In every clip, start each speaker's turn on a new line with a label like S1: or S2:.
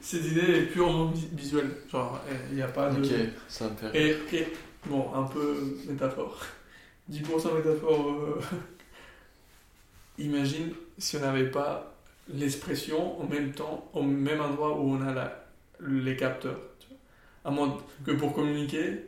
S1: Cette idée est purement vi- visuelle. Genre, eh, il n'y a pas de.
S2: Ok, ça me fait rire.
S1: Et, et- bon, un peu métaphore. 10% métaphore. euh, Imagine si on n'avait pas l'expression en même temps, au même endroit où on a la- les capteurs. tu vois. À moins que pour communiquer,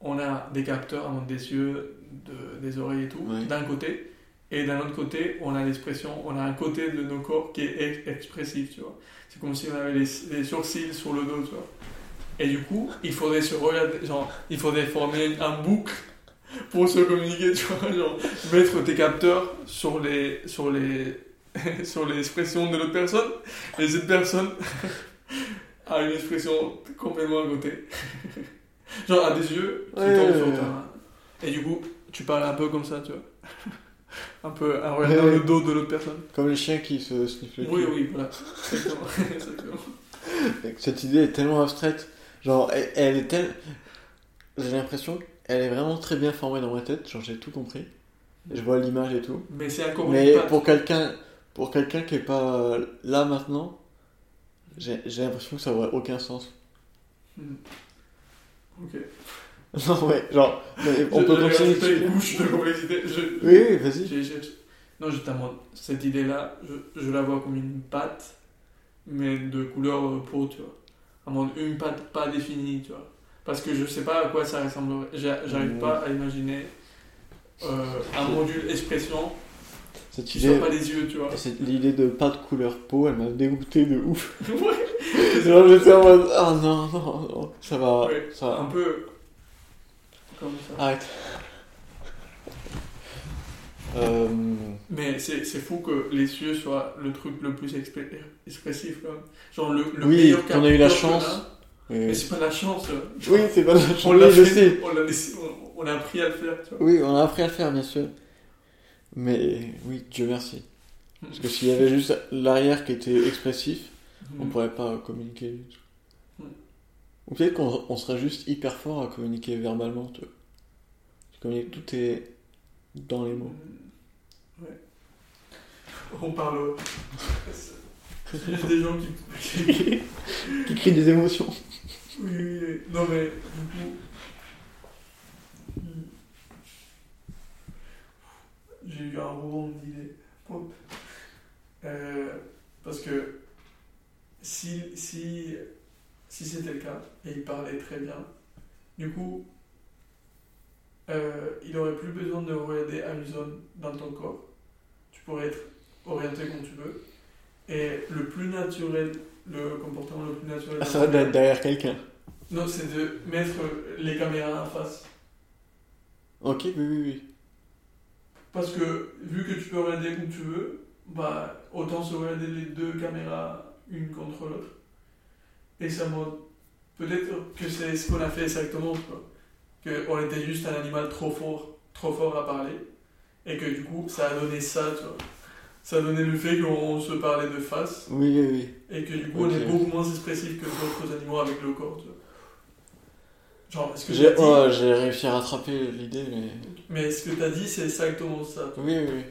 S1: on a des capteurs, à moins des yeux, de- des oreilles et tout,
S2: Ouais.
S1: d'un côté. Et d'un autre côté, on a l'expression, on a un côté de nos corps qui est ex- expressif, tu vois. C'est comme si on avait les, les sourcils sur le dos, tu vois. Et du coup, il faudrait se regarder, genre, il faudrait former un boucle pour se communiquer, tu vois, genre, mettre tes capteurs sur les, sur les, sur les expressions de l'autre personne, et cette personne a une expression complètement à côté. genre, a des yeux qui
S2: Ouais,
S1: tombent
S2: ouais,
S1: sur
S2: ouais.
S1: ta... Et du coup, tu parles un peu comme ça, tu vois. Un peu en regardant
S2: Ouais.
S1: le dos de l'autre personne.
S2: Comme le chien qui se sniffe le
S1: Oui,
S2: cul.
S1: oui, voilà. Exactement. Exactement.
S2: Cette idée est tellement abstraite. Genre, elle, elle est telle. J'ai l'impression qu'elle est vraiment très bien formée dans ma tête. Genre, j'ai tout compris. Je vois l'image et tout.
S1: Mais c'est encore
S2: Mais
S1: une patte.
S2: pour quelqu'un pour quelqu'un qui est pas euh, là maintenant, j'ai j'ai l'impression que ça aurait aucun sens.
S1: Ok.
S2: Non, mais genre, mais on
S1: Je-
S2: peut
S1: je-
S2: continuer.
S1: je- je- couche de complexité. Je-
S2: Oui, oui, vas-y.
S1: j'ai- j'ai- Non, je t'amende. Cette idée-là, je, je la vois comme une pâte, mais de couleur euh, peau, tu vois. À mon- une pâte pas définie, tu vois. Parce que je sais pas à quoi ça ressemblerait. J'a- J'arrive
S2: Mm.
S1: pas à imaginer euh, un module expression
S2: Cette
S1: qui soit
S2: idée,
S1: pas les yeux, tu vois.
S2: cette- l'idée de pas de couleur peau, elle m'a dégoûté de ouf.
S1: Ouais.
S2: Genre, j'étais en mode, ah non, non, non, ça va,
S1: Ouais.
S2: ça
S1: Un
S2: va.
S1: peu comme ça.
S2: Arrête. Euh,
S1: Mais c'est c'est fou que les cieux soient le truc le plus expé- expressif, quand même. Genre le, le
S2: Oui,
S1: meilleur
S2: qu'on a eu la
S1: capteur qu'on a.
S2: chance.
S1: Mais
S2: euh,
S1: c'est pas de la chance. euh.
S2: Oui, c'est pas de la
S1: On
S2: chance,
S1: l'a
S2: oui, je
S1: fait,
S2: sais.
S1: on l'a laissé- on- on a appris à le faire, tu vois.
S2: Oui, on a appris à le faire, bien sûr. Mais oui, Dieu merci. Parce que s'il y avait juste l'arrière qui était expressif, on pourrait pas communiquer.
S1: Mm.
S2: Ou peut-être qu'on on serait juste hyper fort à communiquer verbalement. Tu vois. Tu communiques- tout est dans les mots.
S1: Hmm. Ouais. On parle. au- Il y a des gens qui. qui-
S2: Tu cries des émotions.
S1: Oui, oui, oui. non mais du coup. J'ai eu un rebond d'idées. Hop. Euh, parce que si, si, si c'était le cas, et il parlait très bien, du coup, euh, il aurait plus besoin de regarder à une zone dans ton corps. Tu pourrais être orienté comme tu veux. Et le plus naturel, le comportement le plus naturel.
S2: Ah, ça va d'être derrière quelqu'un.
S1: Non, c'est de mettre les caméras en face.
S2: Ok, oui, oui, oui.
S1: Parce que vu que tu peux regarder où tu veux, bah autant se regarder les deux caméras une contre l'autre. Et ça m'a. Peut-être que c'est ce qu'on a fait exactement, quoi. Que on était juste un animal trop fort, trop fort à parler. Et que du coup, ça a donné ça, tu vois. Ça a donné le fait qu'on se parlait de face.
S2: Oui, oui, oui.
S1: Et que du coup, on est
S2: Ok.
S1: beaucoup moins expressif que d'autres animaux avec le corps, tu vois. Genre, est-ce que
S2: J'ai
S1: j'ai dit-
S2: oh, j'ai réussi à rattraper l'idée, mais.
S1: Mais ce que tu as dit, c'est exactement ça.
S2: Oui, oui, oui.